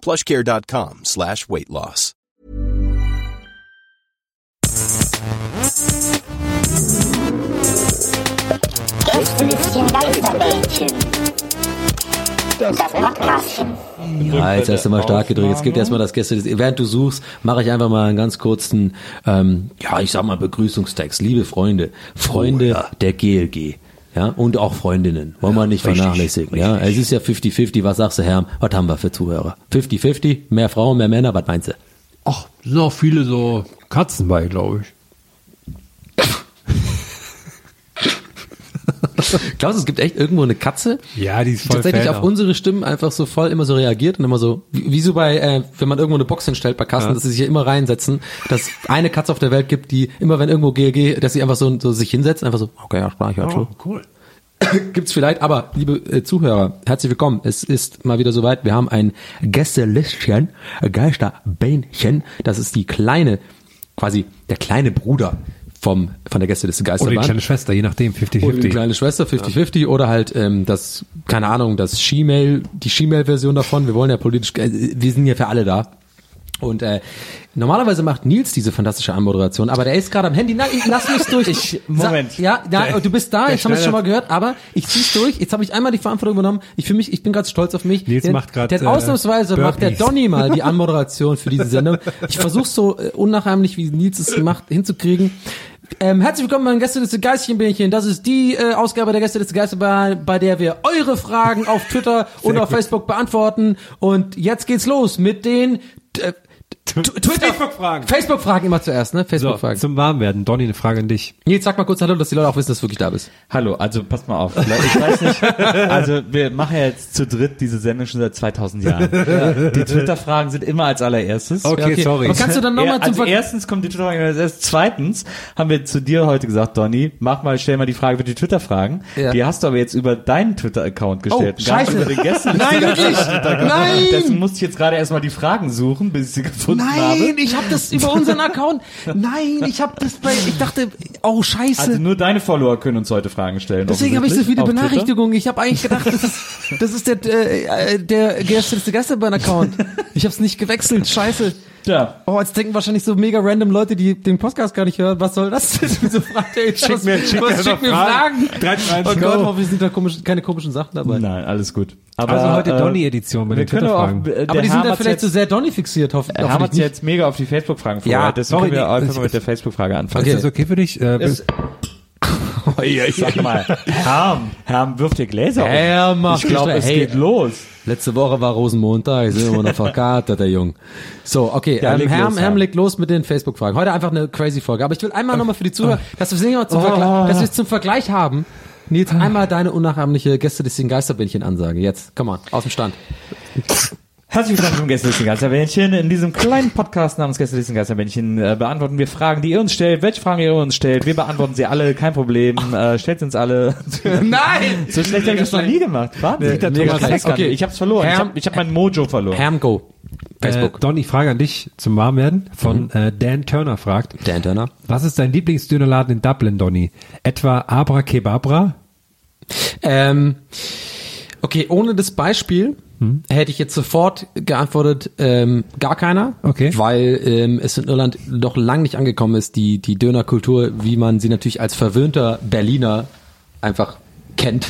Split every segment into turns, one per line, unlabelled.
plushcare.com slash weight loss.
Ja, Ah, jetzt hast du mal stark gedrückt. Jetzt gibt erstmal das Gäste. Während du suchst, mache ich einfach mal einen ganz kurzen, ähm, ja, ich sag mal Begrüßungstext. Liebe Freunde, Freunde
Oh, ja.
der GLG. Ja, und auch Freundinnen. Wollen wir nicht
richtig,
vernachlässigen. Ja, es ist ja 50-50. Was sagst du, Herr? Was haben wir für Zuhörer? 50-50? Mehr Frauen, mehr Männer? Was meinst du?
Ach, sind auch viele so Katzen bei, glaube ich.
Klaus, es gibt echt irgendwo eine Katze,
Ja, die ist
die
voll
tatsächlich
Fan
auf
auch.
unsere Stimmen einfach so voll immer so reagiert und immer so, wie, wie so bei, äh, wenn man irgendwo eine Box hinstellt bei Kassen, dass sie sich ja immer reinsetzen, dass eine Katze auf der Welt gibt, die immer wenn irgendwo GLG, dass sie einfach so, so sich hinsetzt, einfach so, okay, ja, klar, ich halt schon.
Oh, cool.
Gibt's vielleicht, aber liebe äh, Zuhörer, herzlich willkommen. Es ist mal wieder soweit. Wir haben ein Gästelistchen, äh, Geisterbähnchen. Das ist die kleine, quasi der kleine Bruder vom, von der Gästeliste
Oder Oh, die
Geisterbahn.
kleine Schwester, je nachdem,
Oder die
50-50.
kleine Schwester, 50-50, oder halt ähm, das, keine Ahnung, das She-Mail, die She-Mail-Version davon. Wir wollen ja politisch, äh, wir sind hier für alle da. Und äh, normalerweise macht Nils diese fantastische Anmoderation, aber der ist gerade am Handy. Nein, ich lass mich durch. Ich,
Moment.
ja, ja, du bist da,
der
ich habe es schon mal
schneidert-
gehört, aber ich zieh's durch. Jetzt habe ich einmal die Verantwortung übernommen. Ich fühle mich, ich bin ganz stolz auf mich.
Nils
denn,
macht grad,
Denn
äh,
ausnahmsweise macht der
Burpees.
Donny mal die Anmoderation für diese Sendung. Ich versuche so äh, unnachahmlich, wie Nils es macht, hinzukriegen. Ähm, herzlich willkommen beim Gästeliste Geistchenbähnchen. Das ist die äh, Ausgabe der Gästeliste Geisterbahn, bei der wir eure Fragen auf Twitter und auf Facebook beantworten. Und jetzt geht's los mit den äh, Tw- Twitter
Facebook-Fragen.
Facebook-Fragen immer zuerst, ne?
So,
Facebook-Fragen.
zum Warmwerden. Donny, eine Frage an dich.
Nils, sag mal kurz Hallo, dass die Leute auch wissen, dass du wirklich da bist.
Hallo, also passt mal auf. Vielleicht- Ich weiß nicht. Also wir machen ja jetzt zu dritt diese Sendung schon seit 2000 Jahren. Die Twitter-Fragen sind immer als allererstes.
Okay, sorry.
Aber kannst du dann nochmal
Ja,
zum
also
Ver
erstens kommt die Twitter-Frage als erstes. Zweitens haben wir zu dir heute gesagt, Donny, mach mal, stell mal die Frage für die Twitter-Fragen.
Ja.
Die hast du aber jetzt über deinen Twitter-Account gestellt.
Oh,
gar nicht
scheiße.
Über den Gästen
Nein, wirklich. Nein.
Deswegen musste ich jetzt gerade erstmal die Fragen suchen, bis ich sie gefunden habe.
Nein, ich habe das über unseren Account. Nein, ich habe das bei. Ich dachte, oh Scheiße.
Also nur deine Follower können uns heute Fragen stellen.
Deswegen habe ich so
offensichtlich,
viele
auf Twitter.
Benachrichtigungen. Ich habe eigentlich gedacht, das ist, das ist der äh, äh, der Gersteste Geisterbahn-Account. Ich habe es nicht gewechselt. Scheiße.
Ja.
Oh, jetzt denken wahrscheinlich so mega random Leute, die den Podcast gar nicht hören. Was soll das denn? Wieso fragt er jetzt was, was, schick mir Fragen?
Drei, zwei,
Oh
eins,
Gott,
go.
hoffentlich sind da komische, keine komischen Sachen dabei.
Nein, alles gut. Aber,
Also heute
äh,
Donny-Edition bei
wir
den
können auch,
Twitter-Fragen.
äh,
Aber
der
die sind
Harm
dann
hat's
vielleicht
jetzt-
so sehr Donny fixiert, hoff-
Wir haben uns
hoffentlich. nicht.
jetzt mega auf die Facebook-Fragen vorbereitet,
Ja,
deswegen
sorry,
können wir
nee,
einfach
das-
mal mit der Facebook-Frage anfangen.
Okay.
Ist das okay für dich? Äh,
Es- Ich sag mal, Herm, Herm wirft dir Gläser auf.
Herm macht
ich glaube,
Gläser.
es
Hey.
geht los.
Letzte Woche war Rosenmontag, sind immer noch verkatert, der Jung. So, okay,
Ja,
ähm,
leg
Herm,
los,
Herm
Herm.
legt los mit den Facebook-Fragen. Heute einfach eine crazy Folge. Aber ich will einmal nochmal für die Zuhörer,
Oh.
dass wir es zum, Vergleich- dass wir es zum Vergleich haben. Nils,
Ah.
einmal deine unnachahmliche Gäste des Geisterbändchen-Ansage. Jetzt, komm mal, aus dem Stand.
Herzlich willkommen zum Gästelisten Geisterbändchen. In diesem kleinen Podcast namens Gästelisten Geisterbändchen äh, beantworten wir Fragen, die ihr uns stellt. Welche Fragen ihr uns stellt, wir beantworten sie alle, kein Problem. Äh, stellt sie uns alle.
Nein!
so schlecht habe ich das noch nie gemacht. Wahnsinn.
Nee, mega schlecht.
okay.
Okay.
Ich habe es verloren. Ich
Herm-
habe ich hab mein Mojo verloren.
Herm, go.
äh,
Facebook. Mhm.
Donny, Frage an dich zum Warmwerden von äh, Dan Turner fragt.
Dan
ne?
Turner.
Was ist dein Lieblingsdönerladen in Dublin, Donny? Etwa Abra Kebabra?
Ähm, okay, ohne das Beispiel
Hm.
hätte ich jetzt sofort geantwortet, ähm, gar keiner.
Okay.
Weil ähm, es in Irland noch lang nicht angekommen ist, die, die Dönerkultur, wie man sie natürlich als verwöhnter Berliner einfach kennt.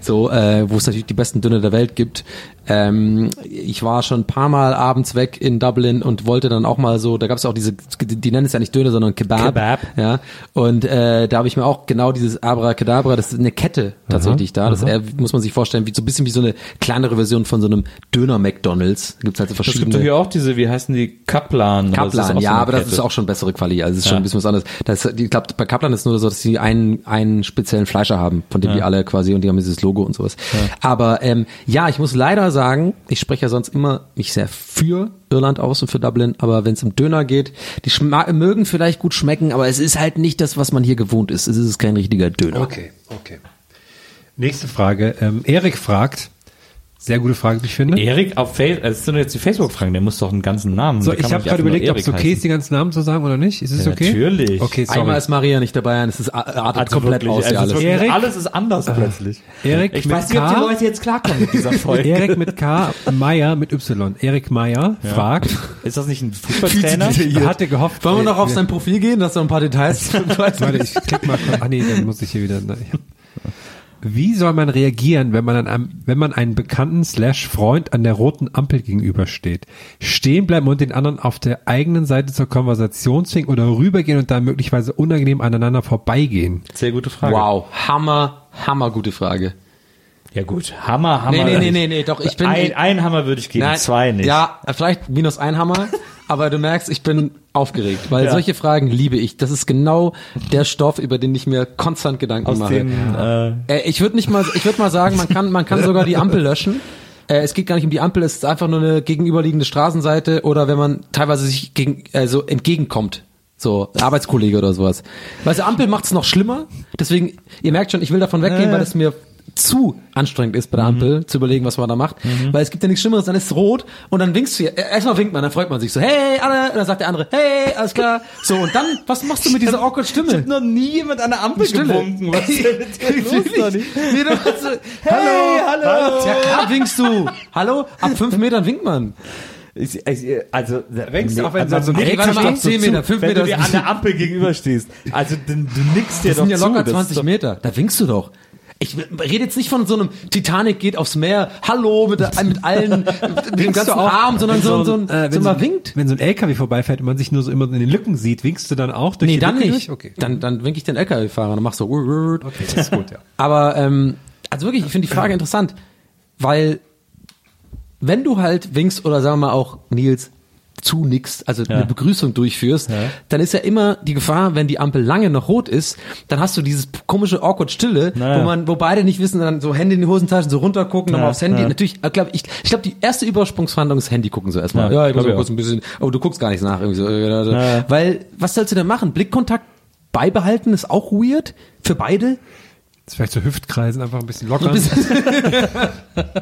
So, äh, wo es natürlich die besten Döner der Welt gibt. Ähm, ich war schon ein paar Mal abends weg in Dublin und wollte dann auch mal so, da gab es auch diese, die, die nennen es ja nicht Döner, sondern Kebab.
Kebab.
Ja. Und äh, da habe ich mir auch genau dieses Abracadabra, das ist eine Kette tatsächlich da. Das äh, muss man sich vorstellen, wie so ein bisschen wie so eine kleinere Version von so einem Döner McDonalds. Gibt's halt so
Es
verschiedene.
gibt doch hier auch diese, wie heißen die, Kaplan. oder ist das
Kaplan,
auch so
ja,
eine
aber das
Kette?
ist auch schon bessere Quali. Also es ist schon ein bisschen was anderes. Das, ich glaube, bei Kaplan ist nur so, dass sie einen, einen speziellen Fleischer haben, von dem die alle quasi und die haben dieses Logo und sowas. Aber ähm, ja, ich muss leider sagen, ich spreche ja sonst immer mich sehr für Irland aus und für Dublin, aber wenn es um Döner geht, die schma- mögen vielleicht gut schmecken, aber es ist halt nicht das, was man hier gewohnt ist. Es ist kein richtiger Döner.
Okay, okay. Nächste Frage. Ähm, Erik fragt, sehr gute Frage, wie ich finde.
Erik auf Facebook, das sind jetzt die Facebook-Fragen, der muss doch einen ganzen Namen.
So,
der
ich
kann doch
habe
nicht
gerade
einfach nur
überlegt, ob es
Erik
okay
heißen.
ist, die ganzen Namen zu sagen oder nicht. Ist es
Ja,
okay?
natürlich.
Okay,
Einmal
sorry.
ist Maria nicht dabei und es ist, äh, artet
Also
komplett
wirklich,
aus.
also
ja, alles.
es ist wirklich-
Erik?
Alles ist anders plötzlich.
Äh, Erik
ich
mit
weiß nicht, ob die
K?
Leute jetzt klarkommen mit dieser Folge.
Erik mit K, Meier mit Y. Erik Meier fragt,
Ist das nicht ein Fußballtrainer?
hatte gehofft.
Wollen wir noch auf
äh,
sein Profil gehen, dass da ein paar Details
Warte, ich klick mal. kurz- Ach nee, dann muss ich hier wieder. Na, ich hab- Wie soll man reagieren, wenn man, an einem, wenn man einen Bekannten slash Freund an der roten Ampel gegenübersteht? Stehen bleiben und den anderen auf der eigenen Seite zur Konversation zwingen oder rübergehen und dann möglicherweise unangenehm aneinander vorbeigehen?
Sehr gute Frage.
Wow, Hammer, Hammer gute Frage.
Ja gut, Hammer, Hammer.
Nee, nee, nee, nee, nee, doch, ich bin-
Ein, ein Hammer würde ich geben, zwei nicht.
Ja, vielleicht minus ein Hammer, aber du merkst, ich bin aufgeregt, weil
Ja.
solche Fragen liebe ich. Das ist genau der Stoff, über den ich mir konstant Gedanken
Aus
mache.
dem, äh,
Äh, ich würde nicht mal, ich würde mal sagen, man kann, man kann sogar die Ampel löschen. Äh, es geht gar nicht um die Ampel, es ist einfach nur eine gegenüberliegende Straßenseite oder wenn man teilweise sich gegen, äh, so entgegenkommt. So, Arbeitskollege oder sowas. Weißt du, Ampel macht's noch schlimmer. Deswegen, ihr merkt schon, ich will davon weggehen, weil es mir zu anstrengend ist bei der Ampel, zu überlegen, was man da macht. Weil es gibt ja nichts Schlimmeres, dann ist es rot und dann winkst du ja. Äh, Erstmal winkt man, dann freut man sich so, hey, alle, und dann sagt der andere, hey, alles klar. So, und dann, was machst du mit dieser awkward Stimme?
noch nie jemand an der Ampel
Stille. Nee, du machst so, hey, hallo, hallo. Ja, klar winkst du. Hallo? Ab fünf Metern winkt man.
Ich, ich, also,
wächst
nee, also
auch, wenn
aber
so ein
nee,
Ey,
warte mal,
ab
so
zehn
zu,
Meter, fünf
wenn
Meter
du dir
ist-
an der Ampel gegenüberstehst. Also, du, du nickst dir
Das
doch
sind ja
zu.
locker
das ist
20
doch-
Meter. Da winkst du doch. Ich rede jetzt nicht von so einem Titanic geht aufs Meer, hallo, mit, der- mit allen, mit dem ganzen Arm, sondern so, so ein,
äh,
so
wenn, so
mal
ein,
winkt.
wenn so ein LKW vorbeifährt und man sich nur so immer in den Lücken sieht, winkst du dann auch durch
Nee,
die
dann
Lücke
nicht.
durch? Okay.
Dann, dann wink ich den LKW-Fahrer und mach so.
okay, das ist gut, ja.
Aber ähm, also wirklich, ich finde die Frage interessant, weil wenn du halt winkst oder sagen wir mal auch Nils zu nix, also eine Begrüßung durchführst, dann ist ja immer die Gefahr, wenn die Ampel lange noch rot ist, dann hast du dieses komische awkward Stille,
Naja.
wo man, wo beide nicht wissen, dann so Hände in die Hosentaschen, so runtergucken, nochmal aufs Handy. Natürlich, äh, glaub, ich, ich glaube, die erste Übersprungsverhandlung ist Handy gucken so erstmal.
Ja,
Ja, ich muss
glaub
mal
ich
kurz
auch.
ein bisschen, aber du guckst gar nicht nach irgendwie so. äh, äh,
Naja.
Weil was sollst du denn machen? Blickkontakt beibehalten ist auch weird für beide.
Jetzt vielleicht so Hüftkreisen einfach ein bisschen locker.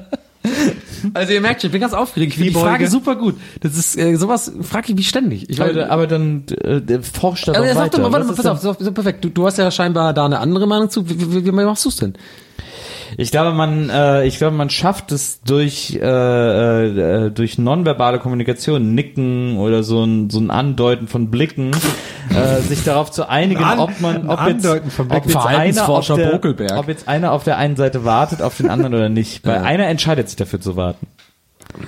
also ihr merkt schon, ich bin ganz aufgeregt. Ich finde die
Kniebeuge.
Frage super gut. Das ist äh, sowas frage ich mich ständig. Ich
Leute, aber dann äh, forscht da
aber
doch
sag
weiter.
doch mal, warte
Was
mal,
ist
pass
denn-
auf, so, so perfekt. Du, du hast ja scheinbar da eine andere Meinung zu. Wie, wie, wie machst du es denn?
Ich glaube, man, äh, ich glaube, man schafft es durch äh, äh, durch nonverbale Kommunikation, Nicken oder so ein so ein Andeuten von Blicken, äh, sich darauf zu einigen,
An-
ob man, ob
ein
jetzt,
Andeuten von
ob
Blicken.
jetzt einer auf
Verhaltensforscher
der,
Bokelberg.
ob jetzt einer auf der einen Seite wartet auf den anderen oder nicht. Weil einer entscheidet sich dafür zu warten.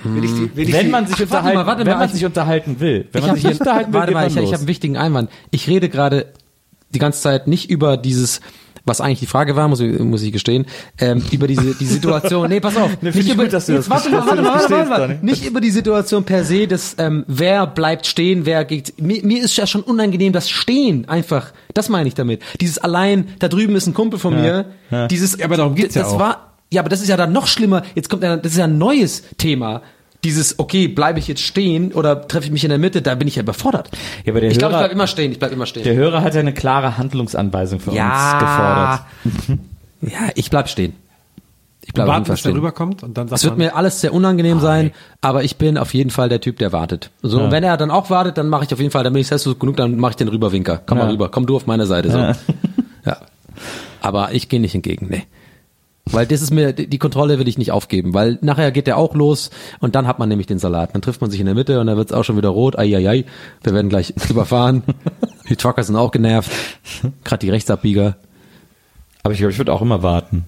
Wenn man sich
Ach, warte
unterhalten,
mal, warte
wenn
mal,
man
ich-
sich unterhalten will, wenn man
hab halt
sich nicht unterhalten will,
warte
geht
mal, ich,
man
ich habe
los.
einen wichtigen Einwand. Ich rede gerade die ganze Zeit nicht über dieses, was eigentlich die Frage war, muss ich, muss ich gestehen, ähm, über diese die Situation. Nee, pass auf.
find ich
über,
gut, dass du
jetzt
das-
warte mal,
dass du
warte
das
mal, warte mal,
verstehst,
warte mal.
Dani.
Nicht über die Situation per se, dass ähm, wer bleibt stehen, wer geht. Mir, mir ist ja schon unangenehm das Stehen einfach. Das meine ich damit. Dieses allein, da drüben ist ein Kumpel von mir. Dieses,
Ja, aber darum geht's ja
das
auch.
War, ja, aber das ist ja dann noch schlimmer. Jetzt kommt ja, das ist ja ein neues Thema. Dieses, okay, bleibe ich jetzt stehen oder treffe ich mich in der Mitte, da bin ich ja überfordert.
Ja, aber der
ich glaube, ich
Hörer-
bleibe immer stehen, ich bleibe immer stehen.
Der Hörer hat ja eine klare Handlungsanweisung für uns
ja,
gefordert.
ja, ich bleib stehen. Ich bleibe
Warten,
einfach
bis der
stehen.
rüberkommt Ah, und dann sagt
Es wird
man,
mir alles sehr unangenehm sein, aber ich bin auf jeden Fall der Typ, der wartet. So, und wenn er dann auch wartet, dann mache ich auf jeden Fall, dann bin ich selbst genug, dann mache ich den Rüberwinker. Komm
Ja.
mal rüber, komm du auf meine Seite. So. Ja. Aber ich gehe nicht entgegen, nee. Weil das ist mir, die die Kontrolle will ich nicht aufgeben, weil nachher geht der auch los und dann hat man nämlich den Salat. Dann trifft man sich in der Mitte und dann wird's auch schon wieder rot. Eieiei, wir werden gleich überfahren. Die Trucker sind auch genervt. Gerade die Rechtsabbieger.
Aber ich glaube, ich würde auch immer warten.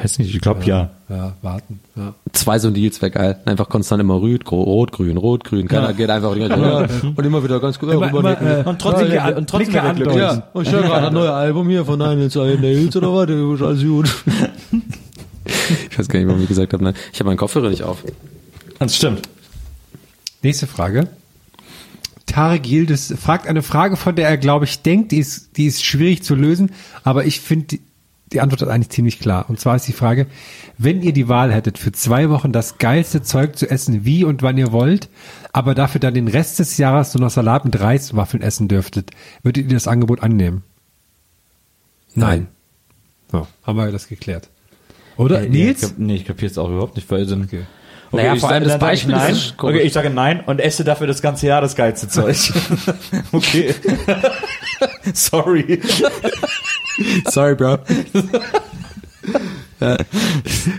Weiß nicht, ich glaube ja.
Ja, warten. Ja.
Zwei so Deals weg, Alter. Einfach konstant immer rüt, gro- rot, grün, rot, grün. Keiner geht einfach die ganze Zeit, und immer wieder ganz gut.
Immer- immer, äh,
Und trotzdem,
Blicke-
und trotzdem
Blicke
wird er
andeuten.
glücklich.
ja, und ich höre gerade ein neues Album hier von Nine Inch Nails oder was, ist alles gut. Ich weiß gar nicht, warum ich gesagt habe, nein. Ich habe meinen Kopfhörer nicht auf.
Das stimmt.
Nächste Frage. Tarek Yildiz fragt eine Frage, von der er, glaube ich, denkt, die ist, die ist schwierig zu lösen, aber ich finde, die, die Antwort ist eigentlich ziemlich klar. Und zwar ist die Frage, wenn ihr die Wahl hättet, für zwei Wochen das geilste Zeug zu essen, wie und wann ihr wollt, aber dafür dann den Rest des Jahres nur noch Salat mit Reiswaffeln essen dürftet, würdet ihr das Angebot annehmen? Nein. So, haben wir das geklärt. Oder, Nils?
Ich, kap- nee, ich kapiere es auch überhaupt nicht. Weil dann,
Okay.
Naja, vor allem das
dann sag ich
Beispiel
nein.
ist komisch.
Okay, ich sage nein und esse dafür das ganze Jahr das geilste Zeug. okay. Sorry.
Sorry, Bro. Ja.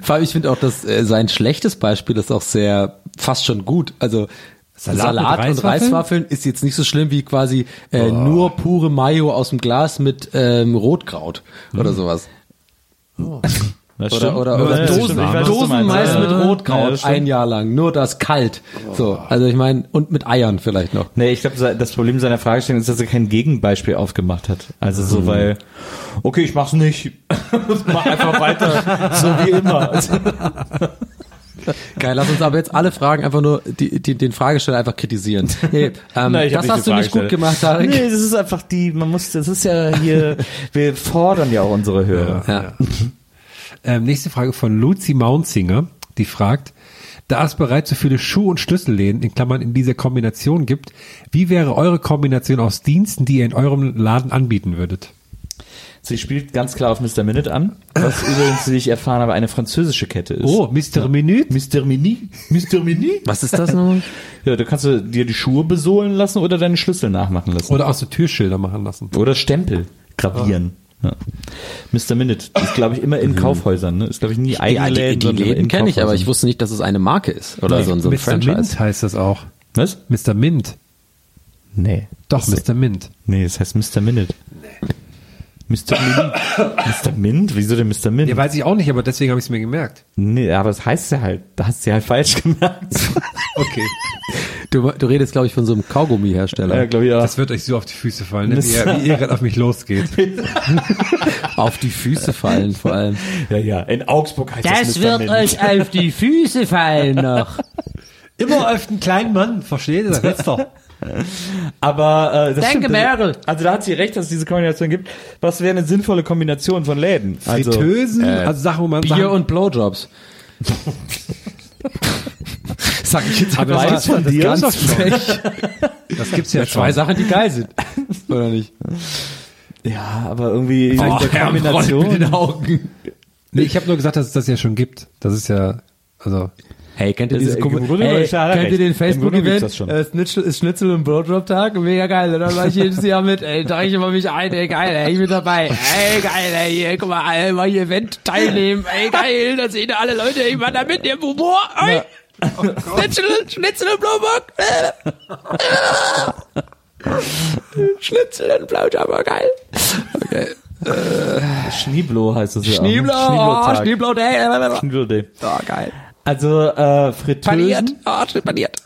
Vor allem, ich finde auch, dass äh, sein schlechtes Beispiel ist auch sehr fast schon gut. Also
Salat
Salat,
mit
und
Reiswaffeln?
Reiswaffeln ist jetzt nicht so schlimm wie quasi äh, nur pure Mayo aus dem Glas mit ähm, Rotkraut oder sowas.
Das
Oder, oder,
Ja,
oder
das
Dosen,
stimmt. Ich weiß, was du meinst.
Dosenmais
Ja.
mit
Ja,
Rotkraut
das stimmt.
ein Jahr lang, nur das kalt. So, also ich meine, und mit Eiern vielleicht noch.
Nee, ich glaube, das Problem seiner Fragestellung ist, dass er kein Gegenbeispiel aufgemacht hat. Also so, weil, okay, ich mach's nicht. Mach einfach weiter, so wie immer. Also
Geil, lass uns aber jetzt alle Fragen einfach nur, die, die, den Fragesteller einfach kritisieren. Hey, ähm,
Nein, ich hab
das hast
die
du nicht
Frage
gut gemacht, Tarek.
gestellt. Nee, das ist einfach die, man muss, das ist ja hier, wir fordern ja auch unsere Hörer.
Ja.
Ähm, nächste Frage von Lucy Mountsinger, die fragt, da es bereits so viele Schuh- und Schlüsselläden in Klammern in dieser Kombination gibt, wie wäre eure Kombination aus Diensten, die ihr in eurem Laden anbieten würdet?
Sie spielt ganz klar auf Mr. Minute an, was übrigens, wie ich erfahren habe, eine französische Kette ist.
Oh, Mr. Minute?
Mr. Mini? Mr. Mini?
Was ist das nun?
Ja, da kannst du dir die Schuhe besohlen lassen oder deine Schlüssel nachmachen lassen.
Oder auch so Türschilder machen lassen.
Oder Stempel gravieren. Ja. Mr. Minute ist, glaube ich, immer in Kaufhäusern. Ne? Ist, glaube ich, nie eigene
Ja, die,
Läden,
die
sondern
Läden
in
kenne ich, aber ich
Kaufhäusern.
wusste nicht, dass es eine Marke ist oder so, ein- so ein
Mr.
Franchise.
Mint heißt das auch.
Was?
Mr. Mint.
Nee.
Doch, Mr. Mint.
Nee, das heißt Mr. Minute. Mr. Mint. Mr. Mint? Wieso denn Mr. Mint?
Ja, weiß ich auch nicht, aber deswegen habe ich es mir gemerkt.
nee, aber das heißt ja halt. Da hast du ja halt falsch gemerkt.
Okay.
Du, du redest, glaube ich, von so einem Kaugummi-Hersteller.
glaube ich auch.
Das wird euch so auf die Füße fallen, ne? wie,
Mr.
ihr, wie ihr gerade auf mich losgeht.
Auf die Füße fallen vor allem.
Ja, ja. In Augsburg heißt das,
Das wird euch auf die Füße fallen
äh,
noch.
Immer auf den kleinen Mann, versteht ihr? Das letzte.
Aber äh, das
Danke,
stimmt.
Merkel.
Also da hat sie recht, dass es diese Kombination gibt. Was wäre eine sinnvolle Kombination von Läden? Also,
Fritösen, also Sachen, wo man
Äh, Bier und Blowjobs. Sag ich jetzt
Aber
mal
das war- das
ganz
gab's doch schon.
frech.
das gibt's ja,
Zwei
schon.
Sachen, die geil sind. Oder nicht?
ja, aber irgendwie
Boah,
in der
Oh, Herr Brott mit
Kombination.
den Augen.
Nee, ich habe nur gesagt, dass es das ja schon gibt. Das ist ja, also
Hey, kennt ihr
Also,
dieses
im
Kumpel-
Grunde
Hey,
ist ja alle
kennt ihr
recht.
den
Im Grunde gibt's
Facebook-Event?
das schon.
Äh, Schnitzel, ist Schnitzel und Blowjob-Tag? Mega geil. Und dann war ich jedes Jahr mit, ey, trage ich immer mich ein, ey, geil, ey, ich bin dabei. Ey, geil, ey, hier, guck mal, ey, mal hier Event teilnehmen. Ey, geil, da sehen alle Leute, ich war da mit, ihr Humor, ey. Schnitzel, Schnitzel und Blowjob. Schnitzel und Blowjob, geil.
Schneeblow heißt es ja. auch, ne?
Schneeblau, oh,
Schneeblow-Tag.
Schneeblau, ey,
Schneeblow-Day.
oh, geil.
Also äh,
Paniert,
Fritösen.
oh, paniert.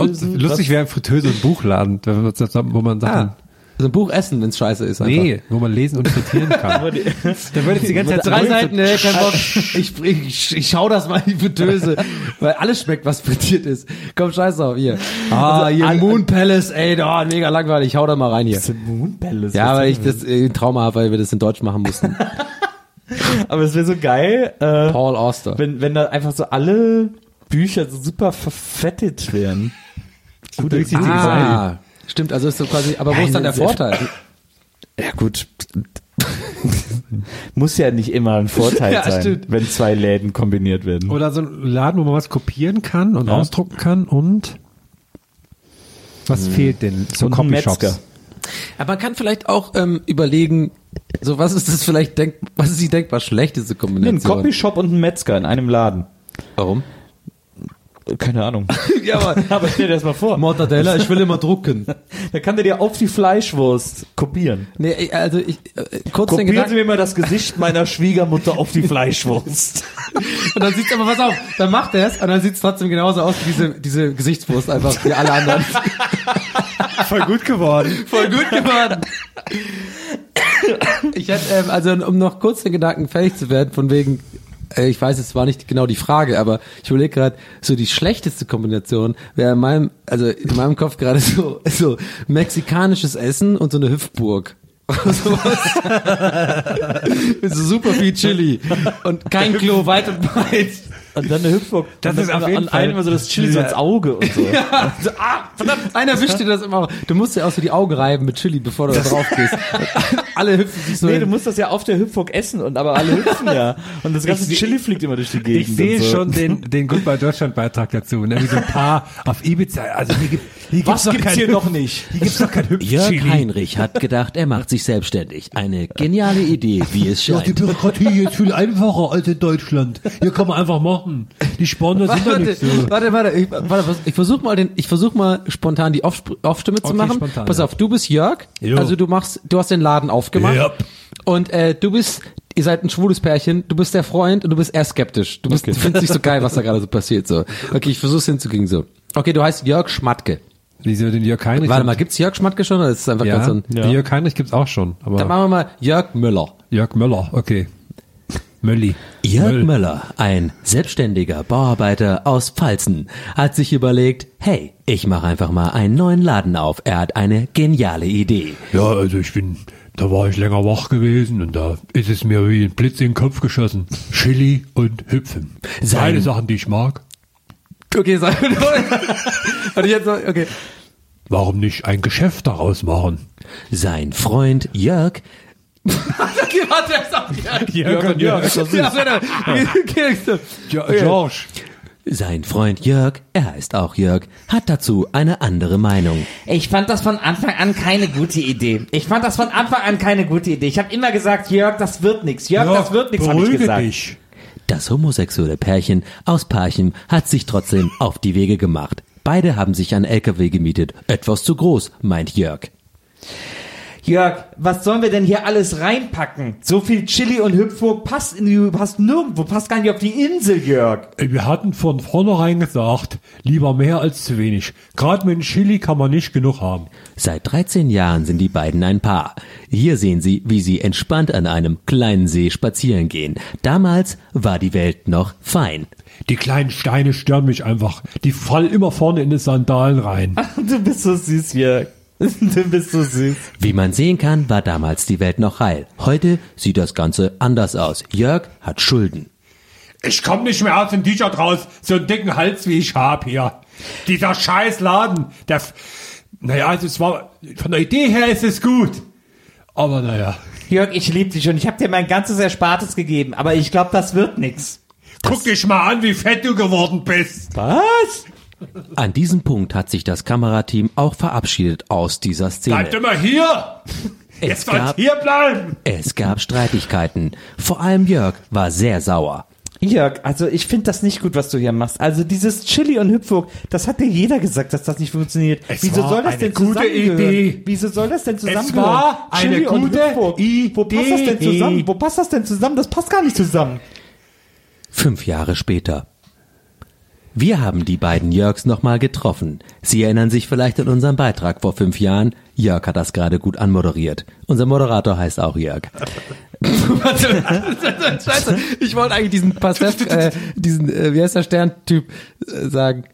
und lustig wäre Fritteuse und Buchladen, wenn man das- wo man Sachen,
Also ein Buch essen, wenn's scheiße ist. Einfach.
nee, wo man lesen und frittieren kann. da würde ich die ganze Zeit so
Drei
rumfritt-
Seiten, ne, kein Bock. Ich, ich, ich schau das mal in die Fritteuse, weil alles schmeckt, was frittiert ist. Komm, scheiß auf, hier. Ah, hier Moon Palace, ey, da, mega langweilig, ich hau da mal rein hier.
The Moon Palace.
Ja, weil ich das äh, Trauma habe, weil wir das in Deutsch machen mussten.
aber es wäre so geil, äh,
Paul Auster.
wenn, wenn da einfach so alle Bücher so super verfettet wären. Gute
durchsichtige
Ah, stimmt, also ist so quasi, aber wo ist dann der Vorteil?
Ja, gut. Muss ja nicht immer ein Vorteil
Ja,
sein,
stimmt.
wenn zwei Läden kombiniert werden.
Oder so ein Laden, wo man was kopieren kann und
Ja.
ausdrucken kann und
Hm.
was fehlt denn zu
Und ein Metzger.
Copyshops?
Aber man kann vielleicht auch ähm, überlegen, so was ist das vielleicht, denk, was ist die denkbar schlechteste
Ein
Kombination?
Copyshop und ein Metzger in einem Laden.
Warum?
Keine Ahnung.
ja, aber
Aber stell dir das mal vor.
Mortadella, ich will immer drucken.
Da kann der dir auf die Fleischwurst kopieren.
Nee, ich- also ich, äh, kurz den
Kopieren Sie
Gedanken.
mir mal das Gesicht meiner Schwiegermutter auf die Fleischwurst.
Und dann sieht's aber, pass auf, dann macht er es und dann sieht's trotzdem genauso aus wie diese, diese Gesichtswurst einfach, wie alle anderen.
Voll gut geworden.
Voll gut geworden. Ich hätte, ähm, also um noch kurz den Gedanken fertig zu werden, von wegen, äh, ich weiß, es war nicht genau die Frage, aber ich überlege gerade, so die schlechteste Kombination wäre in meinem, also in meinem Kopf gerade so, so mexikanisches Essen und so eine Hüpfburg. Sowas. Mit so super viel Chili und kein Klo weit und breit.
Und dann eine Hüpfburg.
Das
Und dann
ist auf jeden
an
Fall-
einem immer so das Chili so ins Auge und so.
Also, ah, verdammt, einer wischt dir das immer. auf. Du musst ja auch so die Augen reiben mit Chili, bevor du da drauf gehst. Alle hüpfen sich so.
Nee,
hin.
du musst das ja auf der Hüpfburg essen und aber alle hüpfen ja. Und das ganze
seh-
Chili fliegt immer durch die Gegend.
Ich sehe
und so.
schon den, den Goodbye Deutschland Beitrag dazu. Ne? Wie so ein paar auf Ibiza. Also hier, gibt- hier gibt's
Was
doch
gibt's
kein
hier
Hüpf-
noch nicht?
Hier gibt's doch kein
Jörg
Hüpfchili.
Heinrich hat gedacht, er macht sich selbstständig. Eine geniale Idee, wie es
Ja, die
scheint.
Bürokratie hier ist viel einfacher als in Deutschland. Hier kann man einfach machen. Die Spanier sind da nicht
Warte,
so.
warte, warte, ich, warte, was- ich versuche mal den, ich versuche mal spontan die Off Off-Stimme zu
Okay,
machen.
spontan,
Pass
ja.
auf, du bist Jörg,
Jo.
also du machst, du hast den Laden aufgemacht
Yep.
und äh, du bist, ihr seid ein schwules Pärchen, du bist der Freund und du bist eher skeptisch. Du bist, du findest nicht so geil, was da gerade so passiert so. Okay, ich versuch's hinzukriegen so. Okay, du heißt Jörg Schmatke.
Wieso den Jörg Heinrich?
Warte mal, gibt's Jörg Schmatke schon oder ist es einfach
ja,
ganz so ein,
Den Jörg Heinrich gibt's auch schon.
Dann
Aber
machen wir mal Jörg Müller.
Jörg Möller, okay. Mölli.
Jörg
Möll.
Möller, ein selbstständiger Bauarbeiter aus Pfalzen, hat sich überlegt, hey, ich mache einfach mal einen neuen Laden auf. Er hat eine geniale Idee.
Ja, also ich bin, da war ich länger wach gewesen und da ist es mir wie ein Blitz in den Kopf geschossen. Chili und Hüpfen.
Sein-
Seine Sachen, die ich mag.
Okay, sag Und ich jetzt so, okay.
Warum nicht ein Geschäft daraus machen?
Sein Freund Jörg
Okay, warte, sag Jörg.
Jörg und Jörg.
Ja, warte. Okay, so.
Jo- George.
Sein Freund Jörg, er heißt auch Jörg, hat dazu eine andere Meinung.
Ich fand das von Anfang an keine gute Idee. Ich fand das von Anfang an keine gute Idee. Ich habe immer gesagt, Jörg, das wird nix. Jörg, das wird nix, habe ich
beruhige
gesagt.
dich.
Das homosexuelle Pärchen aus Parchim hat sich trotzdem auf die Wege gemacht. Beide haben sich einen LKW gemietet. Etwas zu groß, meint Jörg.
Jörg, was sollen wir denn hier alles reinpacken? So viel Chili und Hüpfburg passt, in, passt nirgendwo, passt gar nicht auf die Insel, Jörg.
Wir hatten von vornherein gesagt, lieber mehr als zu wenig. Gerade mit dem Chili kann man nicht genug haben.
Seit 13 Jahren sind die beiden ein Paar. Hier sehen Sie, wie sie entspannt an einem kleinen See spazieren gehen. Damals war die Welt noch fein.
Die kleinen Steine stören mich einfach. Die fallen immer vorne in die Sandalen rein.
Du bist so süß, Jörg. Du bist so süß.
Wie man sehen kann, war damals die Welt noch heil. Heute sieht das Ganze anders aus. Jörg hat Schulden.
Ich komm nicht mehr aus dem T-Shirt raus, so einen dicken Hals wie ich hab hier. Dieser scheiß Laden, der, f- naja, also es war, von der Idee her ist es gut. Aber naja,
Jörg, ich liebe dich und ich habe dir mein ganzes Erspartes gegeben, aber ich glaube, das wird nix.
guck dich mal an, wie fett du geworden bist.
Was?
An diesem Punkt hat sich das Kamerateam auch verabschiedet aus dieser Szene.
Bleib immer hier.
Es
Jetzt sollst
gab,
hier bleiben.
es gab Streitigkeiten. Vor allem Jörg war sehr sauer.
Jörg, also ich finde das nicht gut, was du hier machst. Also dieses Chili und Hüpfburg, das hat dir jeder gesagt, dass das nicht funktioniert.
Es
Wieso
war
soll das
eine
denn
gute
zusammengehören?
Idee.
Wieso soll das denn zusammengehören?
war eine
Chili und
gute
Hüpfburg. Wo passt das denn
Idee.
zusammen? Wo passt das denn zusammen? Das passt gar nicht zusammen.
Fünf Jahre später. Wir haben die beiden Jörgs nochmal getroffen. Sie erinnern sich vielleicht an unseren Beitrag vor fünf Jahren. Jörg hat das gerade gut anmoderiert. Unser Moderator heißt auch Jörg.
Scheiße, ich wollte eigentlich diesen Passev, äh, diesen, äh, wie heißt der Sterntyp, äh, sagen.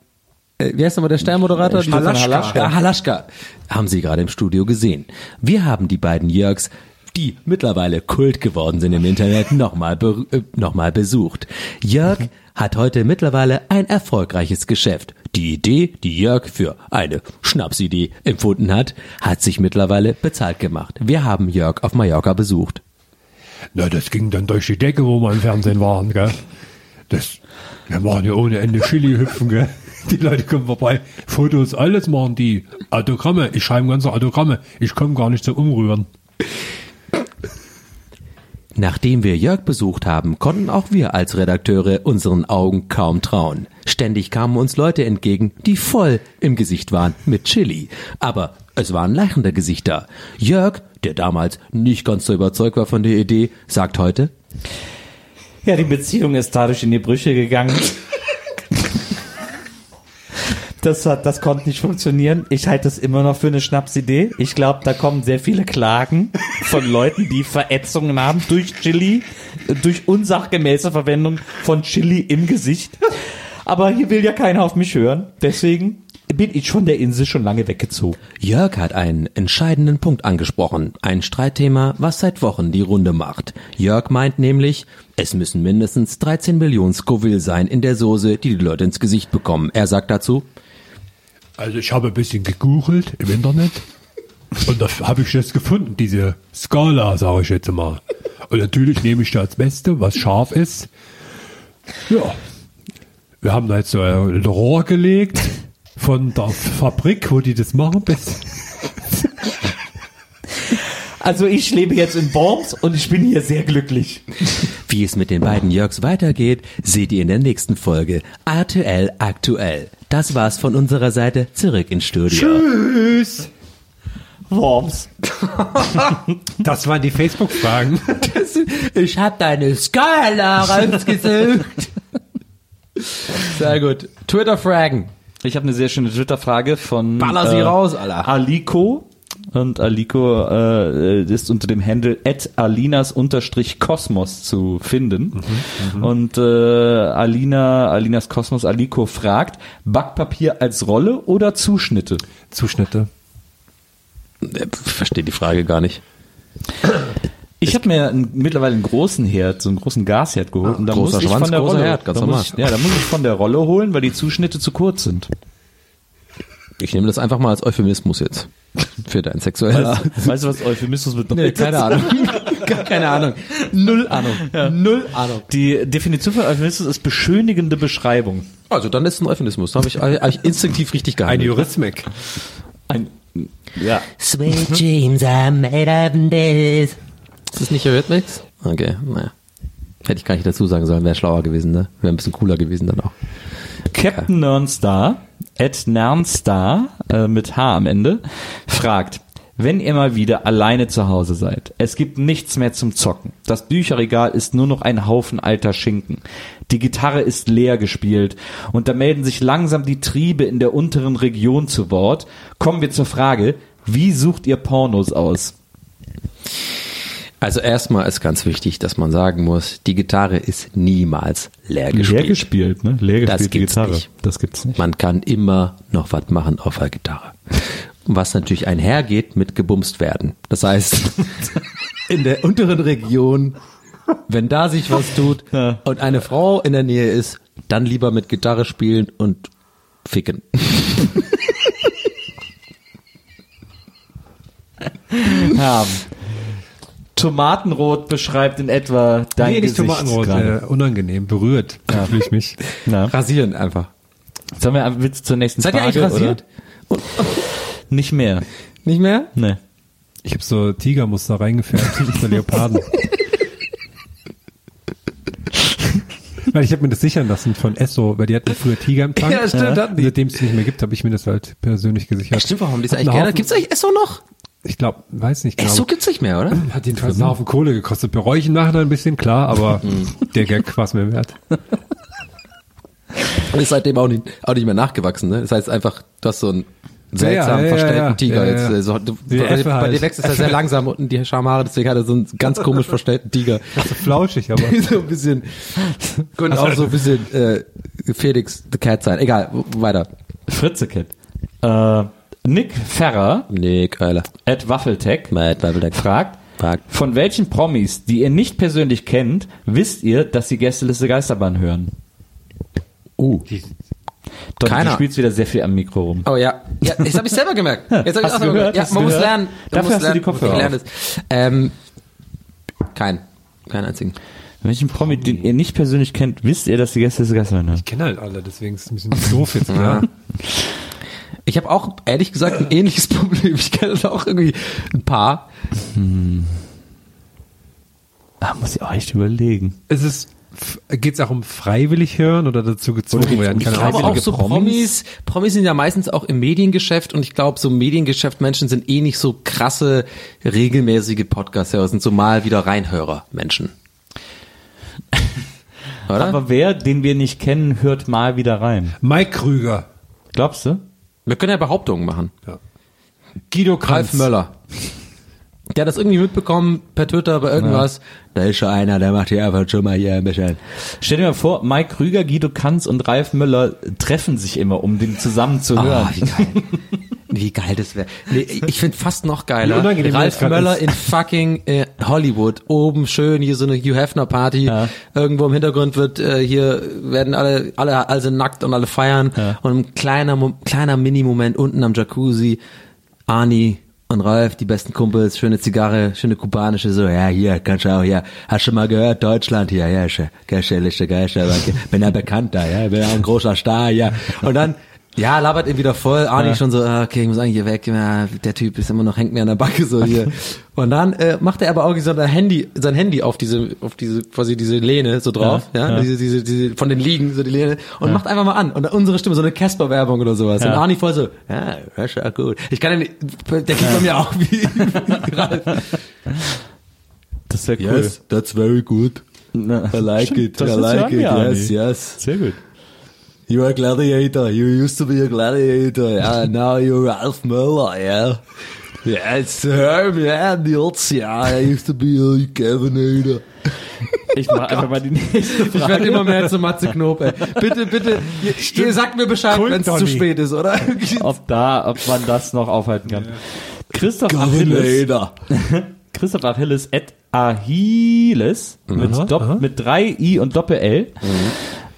Äh, wie heißt nochmal der Sternmoderator?
Stefan
Dieser-
Halaschka.
Ah, Halaschka. Haben Sie gerade im Studio gesehen. Wir haben die beiden Jörgs, die mittlerweile Kult geworden sind im Internet, nochmal be äh, noch mal besucht. Jörg hat heute mittlerweile ein erfolgreiches Geschäft. Die Idee, die Jörg für eine Schnapsidee empfunden hat, hat sich mittlerweile bezahlt gemacht. Wir haben Jörg auf Mallorca besucht.
Na, das ging dann durch die Decke, wo wir im Fernsehen waren, gell. Das, wir waren ja ohne Ende Chili hüpfen, gell. Die Leute kommen vorbei, Fotos, alles machen die. Autogramme, ich schreibe ganze Autogramme. Ich komme gar nicht zum Umrühren.
Nachdem wir Jörg besucht haben, konnten auch wir als Redakteure unseren Augen kaum trauen. Ständig kamen uns Leute entgegen, die voll im Gesicht waren mit Chili. Aber es waren lachende Gesichter. Jörg, der damals nicht ganz so überzeugt war von der Idee, sagt heute,
Ja, die Beziehung ist dadurch in die Brüche gegangen. Das, hat, das konnte nicht funktionieren. Ich halte es immer noch für eine Schnapsidee. Ich glaube, da kommen sehr viele Klagen von Leuten, die Verätzungen haben durch Chili, durch unsachgemäße Verwendung von Chili im Gesicht. Aber hier will ja keiner auf mich hören. Deswegen bin ich von der Insel schon lange weggezogen.
Jörg hat einen entscheidenden Punkt angesprochen, ein Streitthema, was seit Wochen die Runde macht. Jörg meint nämlich, es müssen mindestens 13 Millionen Scoville sein in der Soße, die die Leute ins Gesicht bekommen. Er sagt dazu,
Also ich habe ein bisschen gegoogelt im Internet und da habe ich das gefunden, diese Skala, sage ich jetzt mal. Und natürlich nehme ich da das Beste, was scharf ist. Ja, wir haben da jetzt so ein Rohr gelegt von der Fabrik, wo die das machen. bis-
Also ich lebe jetzt in Worms und ich bin hier sehr glücklich.
wie es mit den beiden Jörgs weitergeht, seht ihr in der nächsten Folge. RTL aktuell. Das war's von unserer Seite, zurück ins Studio.
Worms.
Das waren die Facebook-Fragen.
Ich hab deine Skala rausgesucht.
Sehr gut. Twitter-Fragen.
Ich habe eine sehr schöne Twitter-Frage von äh,
Baller sie raus, Alter.
Aliko. Und Aliko äh, ist unter dem Handle alinas-kosmos zu finden. Und äh, Alina, Alinas Kosmos Aliko fragt, Backpapier als Rolle oder Zuschnitte?
Zuschnitte.
Verstehe die Frage gar nicht.
Ich habe mir einen, mittlerweile einen großen Herd, so einen großen Gasherd geholt. und da muss
großer
ich
Schwanz,
von der
großer
Rolle,
Herd, ganz
da
normal.
muss ich, ja, da muss ich von der Rolle holen, weil die Zuschnitte zu kurz sind.
Ich nehme das einfach mal als Euphemismus jetzt. Für dein sexuelles.
Weißt du, was Euphemismus bedeutet?
Ahnung. Gar keine Ahnung. Null Ahnung. Null Ahnung.
Die Definition von Euphemismus ist beschönigende Beschreibung.
Also dann ist es ein Euphemismus. Da habe ich, hab ich instinktiv richtig
Eine
gehandelt.
Jurismik.
Ein, ja.
Sweet dreams are made of this. Ist das nicht Eurythmics? Okay, naja. Hätte ich gar nicht dazu sagen sollen, wäre schlauer gewesen, ne? Wäre ein bisschen cooler gewesen dann auch.
Captain Nernstar, at Nernstar äh, mit H am Ende, fragt, wenn ihr mal wieder alleine zu Hause seid, es gibt nichts mehr zum Zocken. Das Bücherregal ist nur noch ein Haufen alter Schinken. Die Gitarre ist leer gespielt und da melden sich langsam die Triebe in der unteren Region zu Wort. Kommen wir zur Frage, wie sucht ihr Pornos aus?
Also erstmal ist ganz wichtig, dass man sagen muss, die Gitarre ist niemals leer gespielt.
gespielt, ne? Leer
Das gibt's nicht.
Das gibt's nicht.
Man kann immer noch was machen auf der Gitarre. Was natürlich einhergeht mit gebumst werden. Das heißt, in der unteren Region, wenn da sich was tut und eine Frau in der Nähe ist, dann lieber mit Gitarre spielen und ficken.
haben. Tomatenrot beschreibt in etwa dein
Nee, nicht
Gesicht
Tomatenrot.
gerade.
Äh, unangenehm. Berührt. Ja. Fühle ich mich.
Na?
Rasieren einfach.
Sollen wir willst du zur nächsten
Seid ihr
Frage?
eigentlich rasiert?
Oder? Nicht mehr.
Nicht mehr?
Ne.
Ich habe so Tigermuster reingefärbt. so Leoparden. Weil ich habe mir das sichern lassen von Esso, weil die hatten früher Tiger im Tank.
Ja, stimmt, hatten die.
Seitdem es die nicht mehr gibt, habe ich mir das halt persönlich gesichert.
Stimmt, warum haben die es
Hat einen
eigentlich gerne?
Haufen-
Gibt's eigentlich Esso noch?
Ich glaube, weiß nicht genau.
Esso gibt's nicht mehr, oder?
Hat jedenfalls einen Haufen Kohle gekostet. Bereue ich im Nachhinein ein bisschen, klar, aber
Mhm.
der Gag war's mir wert.
Und ist seitdem auch nicht, auch nicht mehr nachgewachsen, ne? Das heißt einfach, du hast so einen seltsam
Ja, ja, ja,
verstellten
ja, ja.
Tiger
Ja, ja.
jetzt. äh, So, du,
Wie
bei,
Effe
bei dir
halt.
wächst es ja sehr langsam unten die Schamhaare, deswegen hat er so einen ganz komisch verstellten Tiger.
So flauschig, aber.
so ein bisschen. Könnte auch so ein bisschen äh, Felix the Cat sein. Egal, w- weiter.
Fritzekind. Äh, Nick Ferrer
Nee, geiler.
at Waffeltech
Matt Waffeltech.
fragt,
Fragt.
von welchen Promis, die ihr nicht persönlich kennt, wisst ihr, dass sie Gästeliste Geisterbahn hören?
Uh.
Doch,
Keiner.
Du spielst wieder sehr viel am Mikro rum.
Oh ja. ja jetzt habe ich selber gemerkt. Jetzt habe ich
Hast
auch
du
selber
gehört?
gemerkt. Ja,
Hast
man
du
muss
gehört?
lernen. Man
Dafür
muss
hast du
lernen.
die Kopfhörer
Ich lerne es. Ähm, kein. Kein einzigen.
Welchen Promi, den ihr nicht persönlich kennt, wisst ihr, dass sie Gästeliste Geisterbahn hören?
Ich kenne halt alle, deswegen ist es ein bisschen doof jetzt. Ja.
Ich habe auch ehrlich gesagt ein ähnliches Problem. Ich kenne da auch irgendwie ein paar.
Da Ah, muss ich auch echt überlegen.
Ist es, geht es auch um freiwillig hören oder dazu gezwungen werden?
Ich
Ahnung.
glaube um auch so Promis, Promis sind ja meistens auch im Mediengeschäft und ich glaube, so Mediengeschäft-Menschen sind eh nicht so krasse, regelmäßige Podcast-Hörer, sind so mal wieder Reinhörer-Menschen. Oder?
Aber wer, den wir nicht kennen, hört mal wieder rein.
Mike Krüger.
Glaubst du?
Wir können ja Behauptungen machen.
Guido
Ralf
Kanz.
Möller. Der hat das irgendwie mitbekommen per Twitter, bei irgendwas.
Da ist schon einer, der macht hier einfach schon mal hier ein bisschen.
Stell dir mal vor, Mike Krüger, Guido Kanz und Ralf Möller treffen sich immer, um den zusammen zu hören.
Ah, wie geil.
Wie geil das wäre. Nee, ich finde fast noch
Wie
geiler.
unangenehm
Ralf
das grad
Möller
ist.
in fucking äh, Hollywood. Oben schön hier so eine Hugh Hefner Party. Irgendwo im Hintergrund wird äh, hier werden alle alle also nackt und alle feiern und ein kleiner Mo- kleiner Mini Moment unten am Jacuzzi Ani und Ralf, die besten Kumpels, schöne Zigarre, schöne kubanische, so, ja, hier, kannst du auch, ja, hast du mal gehört, Deutschland hier, ja, schön, geilste Liste, geilste, aber ich bin ja bekannt da, ja, bin ja ein großer Star, ja, und dann, ja, labert ihn wieder voll. Arnie schon so, ah, okay, ich muss eigentlich hier weg. Ja, der Typ ist immer noch, hängt mir an der Backe so hier. Und dann äh, macht er aber auch so sein Handy, sein Handy auf diese, auf diese, quasi diese Lehne so drauf, ja, Diese, diese, diese, von den Liegen, so die Lehne, und macht einfach mal an. Und unsere Stimme, so eine Casper-Werbung oder sowas. Und Arnie voll so, ja, das ist ja gut. Ich kann ja nicht, der klingt bei mir auch wie, wie gerade.
Das wäre cool.
Yes, that's very good.
Na,
I like it,
das
I
ist
like
ja
it,
Arnie.
yes, yes.
Sehr gut.
You are a gladiator. You used to be a gladiator. Yeah, now you're Ralph Muller. Yeah. Yeah, it's him. Yeah, the odds. Yeah, I used to be a Kevinator.
Ich mache einfach mal die nächste
Ich
Frage.
werde immer mehr zu Matze Knob, ey. Bitte, bitte, ihr, ihr sagt mir Bescheid, wenn es zu
Donny.
spät ist, oder?
Ob da, ob man das noch aufhalten kann. Christoph Achilles,
Kevinator.
Christoph Achilles et Ahiles mit,
Mhm. Aha,
Dopp,
aha. Mhm.
mit drei i und Doppel-L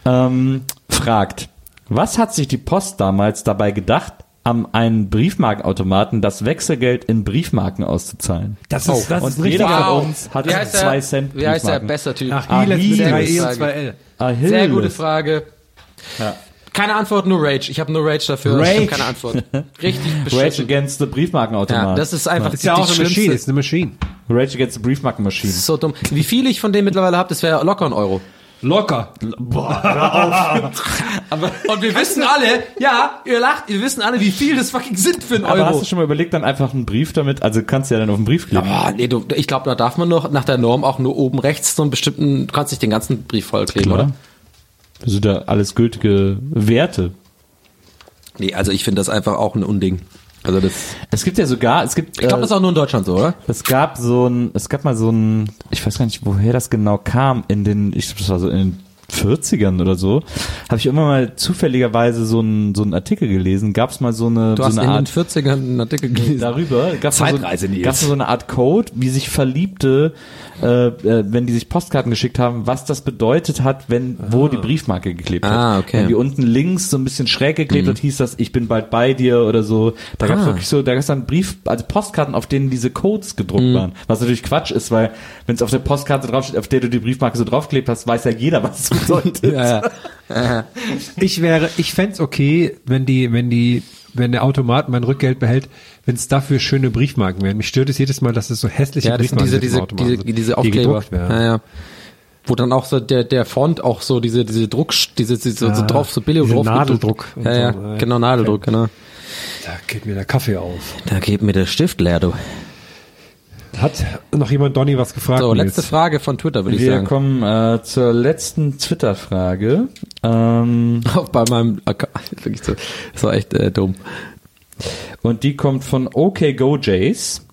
ähm, fragt, was hat sich die Post damals dabei gedacht, am einen Briefmarkenautomaten das Wechselgeld in Briefmarken auszuzahlen?
Das ist, das
Und
ist richtig.
jeder
aber-
von uns hat
Wie heißt er?
zwei Cent
Wie heißt der?
Briefmarken.
Bester Typ.
Ach, I
Achilles.
mit drei E und
Frage.
zwei L.
Achilles.
Sehr gute Frage.
Ja.
Keine Antwort, nur Rage. Ich habe nur Rage dafür. Ich
Rage.
hab keine Antwort. Richtig
Rage
beschissen.
Against the Briefmarkenautomat.
Ja, das ist einfach
Ist ja
die
auch eine
schlimmste-
Maschine, ist eine Maschine.
Rage Against the Briefmarkenmaschine.
So dumm. Wie viel ich von denen mittlerweile habe, das wäre locker ein Euro.
Locker.
Und wir wissen alle, ja, ihr lacht, wir wissen alle, wie viel das fucking sind für einen
Aber
Euro.
hast du schon mal überlegt, dann einfach einen Brief damit, also kannst du ja dann auf den Brief kleben.
Ah, nee, du, ich glaube, da darf man noch nach der Norm auch nur oben rechts so einen bestimmten, du kannst nicht den ganzen Brief vollkleben, oder?
Das sind ja also alles gültige Werte.
Nee, also ich finde das einfach auch ein Unding. Also das,
Es gibt ja sogar, es gibt,
ich glaube,
äh,
das ist auch nur in Deutschland so, oder?
es gab so ein, es gab mal so ein, ich weiß gar nicht, woher das genau kam, in den, ich glaube, das war so in den 40ern oder so, habe ich immer mal zufälligerweise so einen, so einen Artikel gelesen, gab es mal so eine, so eine Art
40ern einen Artikel gelesen.
darüber gab es so,
Zeitreise, Nils.
gab's so eine Art Code, wie sich Verliebte, äh, äh, wenn die sich Postkarten geschickt haben, was das bedeutet hat, wenn wo die Briefmarke geklebt
Ah,
hat.
okay. Mhm.
Wenn die unten links so ein bisschen schräg geklebt hat, hieß das, ich bin bald bei dir oder so. Da gab es
Ah.
wirklich so, da gab es dann Brief, also Postkarten, auf denen diese Codes gedruckt
Mhm.
waren. Was natürlich Quatsch ist, weil wenn es auf der Postkarte draufsteht, auf der du die Briefmarke so draufgeklebt hast, weiß ja jeder, was es bedeutet.
Ich wäre, ich fänd's okay, wenn die, wenn die, wenn der Automat mein Rückgeld behält, wenn's dafür schöne Briefmarken wären. Mich stört es jedes Mal, dass es so hässliche
Ja, das sind
Briefmarken
diese,
mit dem
diese,
Automaten
diese,
sind,
diese
die
Aufkleber.
gedruckt werden.
Ja, ja. Wo dann auch so der, der Font auch so diese, diese Druck, diese, diese so, so
Ja,
drauf, so billig
diese
drauf.
Nadeldruck und
Ja, ja,
so, ja.
genau, Nadeldruck, genau.
Da geht mir der Kaffee auf.
Da geht mir der Stift leer, du.
Hat noch jemand Donny was gefragt?
So,
Nils?
letzte Frage von Twitter, würde ich
Wir
sagen.
kommen äh, zur letzten Twitter-Frage. Ähm,
Auch bei meinem Account. Wirklich so- Das war echt äh, dumm.
Und die kommt von OKGoJays.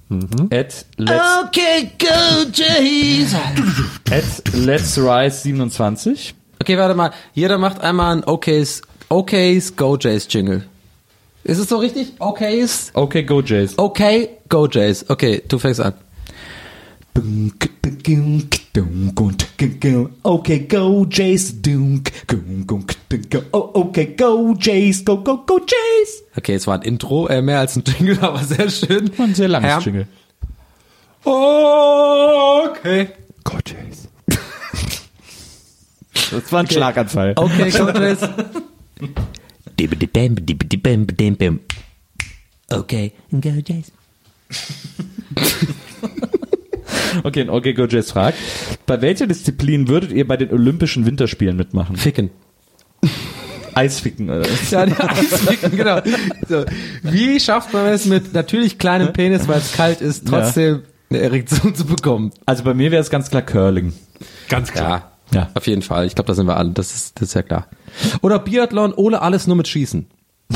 At, let's,
Okay, go, Jays.
at Let's Rise 27.
Okay, warte mal. Jeder macht einmal ein OKs, OKs, Go Jays Jingle. Ist es so richtig? OKs?
OKGoJays. Oh,
Okay, Go Jays. Okay, du fängst an.
Okay, go Jace. Oh, okay, go Jace. Go, go, go Jace.
Okay, es war ein Intro, äh, mehr als ein Jingle, aber sehr schön.
Ein sehr langes
Herr,
Jingle.
Okay.
Gott, Jace.
Das war ein Schlaganfall.
Okay, Go Jays.
Dibbidi-bam, dibbidi-bam, bam Okay, go Jason.
Okay, und okay, Gojez fragt, bei welcher Disziplin würdet ihr bei den Olympischen Winterspielen mitmachen?
Ficken.
Eisficken, oder? was?
Ja, der Eisficken, genau. So. Wie schafft man es mit natürlich kleinem Penis, weil es kalt ist, trotzdem eine Erektion zu bekommen?
Also bei mir wäre es ganz klar Curling.
Ganz klar.
Ja, ja. auf jeden Fall. Ich glaube, da sind wir alle. Das ist, das ist ja klar.
Oder Biathlon ohne alles nur mit Schießen.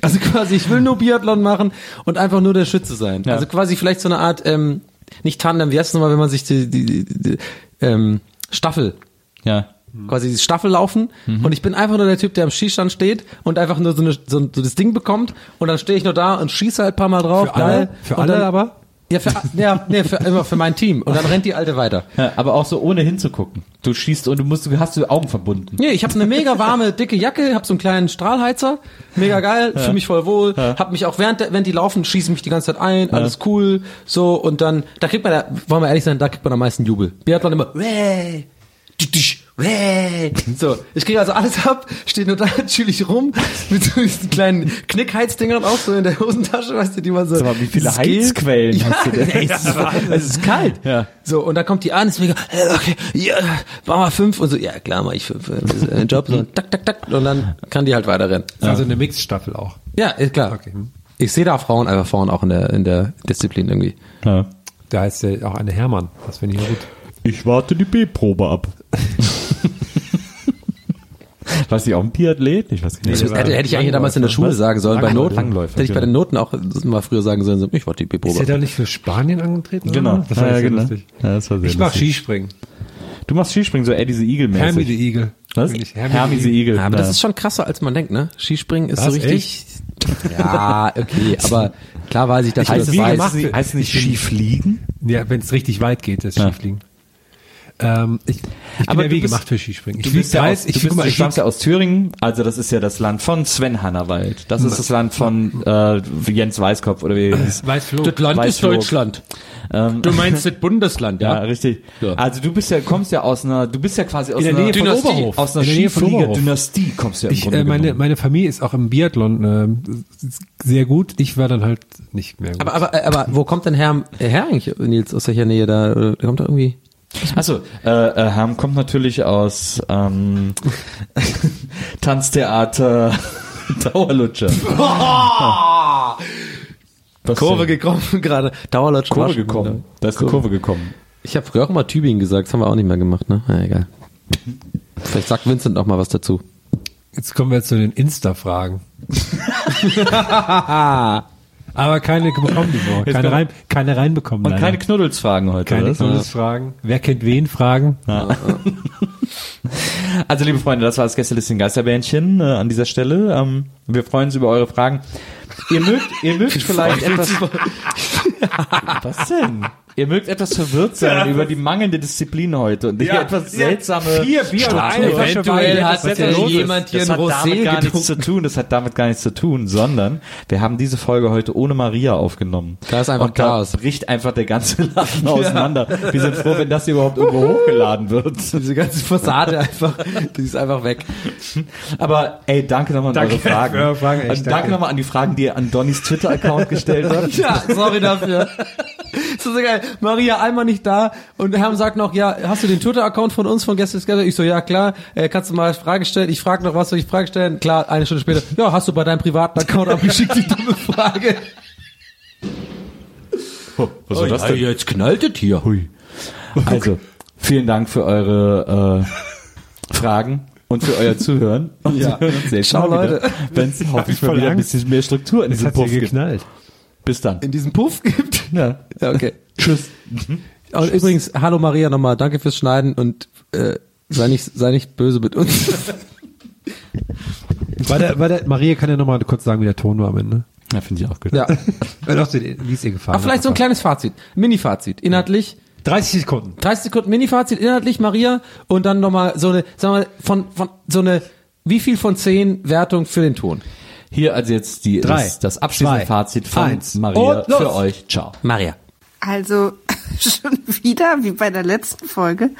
Also quasi, ich will nur Biathlon machen und einfach nur der Schütze sein. Also quasi vielleicht so eine Art, ähm, nicht Tandem, wie heißt es nochmal, wenn man sich die, die, die, die ähm, Staffel,
Ja.
Mhm. quasi die Staffel laufen
Mhm.
und ich bin einfach nur der Typ, der am Schießstand steht und einfach nur so, eine, so, ein- so das Ding bekommt und dann stehe ich nur da und schieße halt ein paar Mal drauf.
Für alle?
geil.
Für
Und
alle
dann-
aber?
Ja, für, ja nee, für, immer für mein Team. Und dann rennt die Alte weiter.
ja. Aber auch so ohne hinzugucken. Du schießt und du musst, du hast die Augen verbunden.
Nee, ich habe eine mega warme, dicke Jacke, habe so einen kleinen Strahlheizer, mega geil, fühle mich voll wohl, habe mich auch während, der- während die laufen, schießen mich die ganze Zeit ein, alles cool, so und dann, da kriegt man, da, wollen wir ehrlich sein, da kriegt man am meisten Jubel. Biathlon immer, "Wäh, tsch, tsch, wäh." so, ich kriege also alles ab, stehe nur da natürlich rum, mit so diesen kleinen Knickheizdingern auch so in der Hosentasche, weißt du, die man so...
Sag mal, wie viele
das geht.
Heizquellen
ja,
hast du denn?
Ey, es, ist, es ist kalt.
Ja.
So, und dann kommt die an, ist mega, äh, okay, ja, mach mal fünf und so, ja klar, mach ich fünf, äh, ist, äh, Job, so, tak, tak, tak, und dann kann die halt weiterrennen.
Ist also eine Mixstaffel auch.
Ja, ist klar.
Okay.
Ich sehe da Frauen einfach vorne auch in der, in der Disziplin irgendwie.
Ja.
Da heißt ja auch eine Hermann. Das finde ich gut.
Ich warte die B-Probe ab. War sie auch ein Biathlet? Ich weiß gar nicht.
Das hätte, hätte ich eigentlich damals in der Schule sagen sollen, bei Noten.
Langläufer,
hätte ich bei den Noten auch mal früher sagen sollen, so, ich wollte die
Ist er
B-Probe.
da nicht für Spanien angetreten?
Genau.
Das war
Ja,
ja,
genau.
lustig.
Ja, das war sehr
ich mach
lustig.
Skispringen.
Du machst Skispringen, so Eddie the Eagle
Hermie
mäßig.
the Eagle.
Was?
Bin ich Hermie the
Hermie the
Eagle.
Eagle.
Ja, aber das
Ja.
ist schon krasser, als man denkt, ne? Skispringen ist so
Was,
richtig. Ja, okay, aber klar weiß ich, dass
Heißt
du das
es wie
weißt.
gemacht?
nicht- heißt es nicht Skifliegen?
Ja, wenn es richtig weit geht, das Skifliegen. Ähm, ich, ich
Aber
bin ja
du
wie
bist-
gemacht für Skispringen.
Du
flieg
bist ja
dreißig-
aus,
ich,
du bist,
guck mal,
du
ich flieg-
stammst ja aus Thüringen, also das ist ja das Land von Sven Hannawald. Das ist das Land von äh, Jens Weißkopf oder wie er hieß.
Weiß Flo.
Land
ist Weißflog. Deutschland.
Du meinst das Bundesland,
Ja, richtig.
Ja.
Also du bist ja, kommst ja aus einer, du bist ja quasi aus
In der
einer
Nähe von
Dynastie.
Oberhof.
Aus einer
In der Nähe von Oberhof.
Skiflieger-Dynastie kommst du ja im
Ich,
Grunde
äh, meine,
genommen.
meine Familie ist auch im Biathlon äh, s- sehr gut. Ich war dann halt nicht mehr gut.
Aber, aber, aber wo kommt denn Herr, Herr eigentlich, Nils, aus welcher Nähe da? Oder Der kommt da irgendwie.
Achso, äh, äh, Ham kommt natürlich aus ähm, Tanztheater Dauerlutscher. Was
Kurve
denn?
gekommen gerade. Dauerlutsch.
Kurve gekommen. Da ist eine Kurve gekommen.
Ich habe früher auch mal Tübingen gesagt, das haben wir auch nicht mehr gemacht, ne? Na egal. Vielleicht sagt Vincent noch mal was dazu.
Jetzt kommen wir zu den Insta-Fragen. aber keine bekommen die Woche. Keine,
kommt-
rein, keine reinbekommen.
Und
leider.
keine Knuddelsfragen heute.
keine
oder?
Knuddelfragen. Wer kennt wen Fragen?
Also, liebe Freunde, das war das Gästelistchen Geisterbändchen äh, an dieser Stelle. Ähm, wir freuen uns über eure Fragen. Ihr mögt, ihr mögt vielleicht etwas. Was denn? Ihr mögt etwas verwirrt sein über die mangelnde Disziplin heute und die etwas seltsame.
Vier Bier und eine
Struktur.
Flasche Wein.
Eventuell hat
Was
ja
los ist.
jemand hier
das
ein
hat damit
Rosé
gar nichts zu
getrunken.
tun. Das hat damit gar nichts zu tun, sondern wir haben diese Folge heute ohne Maria aufgenommen.
Da ist einfach
und da
Chaos.
bricht einfach der ganze Laden auseinander. Wir sind froh, wenn das hier überhaupt irgendwo hochgeladen wird.
Diese ganze Fassade einfach, die ist einfach weg.
Aber ey, danke nochmal an
Danke
eure Fragen.
für eure Fragen, echt,
Und danke
danke.
nochmal an die Fragen, die ihr an Donnys Twitter-Account gestellt habt.
Ja, sorry dafür. Das ist so geil. Maria einmal nicht da und Herm sagt noch, ja, hast du den Twitter-Account von uns von gestern? Together? Ich so, ja klar, äh, kannst du mal Frage stellen? Ich frage noch, was soll ich Frage stellen? Klar, eine Stunde später, ja, hast du bei deinem privaten Account abgeschickt die dumme Frage?
Was soll das
Ja, jetzt knallt es hier.
Also, vielen Dank für eure äh, Fragen und für euer Zuhören. Und
Ja.
wir hören uns jetzt
Ciao,
mal wieder,
Leute.
Wenn's hoffentlich mal
voll
wieder ein
Angst.
bisschen mehr Struktur in
Das
diesem
hat hier
Puff gibt.
geknallt.
Bis dann.
In diesem Puff gibt?
Ja.
Ja, okay. Mhm.
Tschüss.
Und übrigens, hallo Maria nochmal, danke fürs Schneiden und äh, sei, nicht, sei nicht böse mit uns.
War der, war der, Maria kann ja nochmal kurz sagen, wie der Ton war am Ende.
Ja, finde ich auch gut.
Ja.
Weil auch so, Äh, Wie es ihr gefallen
Aber vielleicht so ein kleines Fazit, Mini-Fazit, inhaltlich.
30 Sekunden.
30 Sekunden Mini-Fazit inhaltlich, Maria, und dann nochmal so eine, sagen wir mal, von, von, so eine, wie viel von 10 Wertung für den Ton?
Hier also jetzt die,
Drei,
das, das abschließende
zwei,
Fazit von
eins.
Maria
Und los.
für euch. Ciao.
Maria.
Also schon wieder, wie bei der letzten Folge,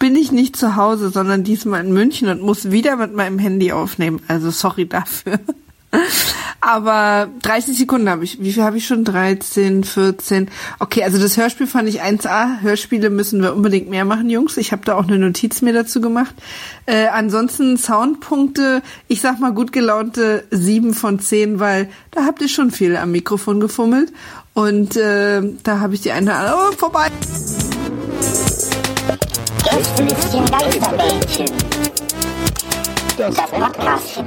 bin ich nicht zu Hause, sondern diesmal in München und muss wieder mit meinem Handy aufnehmen. Also sorry dafür. Aber 30 Sekunden habe ich. Wie viel habe ich schon? 13, 14. Okay, also das Hörspiel fand ich 1A. Hörspiele müssen wir unbedingt mehr machen, Jungs. Ich habe da auch eine Notiz mir dazu gemacht. Äh, ansonsten Soundpunkte, ich sag mal gut gelaunte 7 von 10, weil da habt ihr schon viel am Mikrofon gefummelt. Und äh, da habe ich die eine oder andere oh, vorbei.
Gästelistchen Geisterbällchen. Das Podcastchen.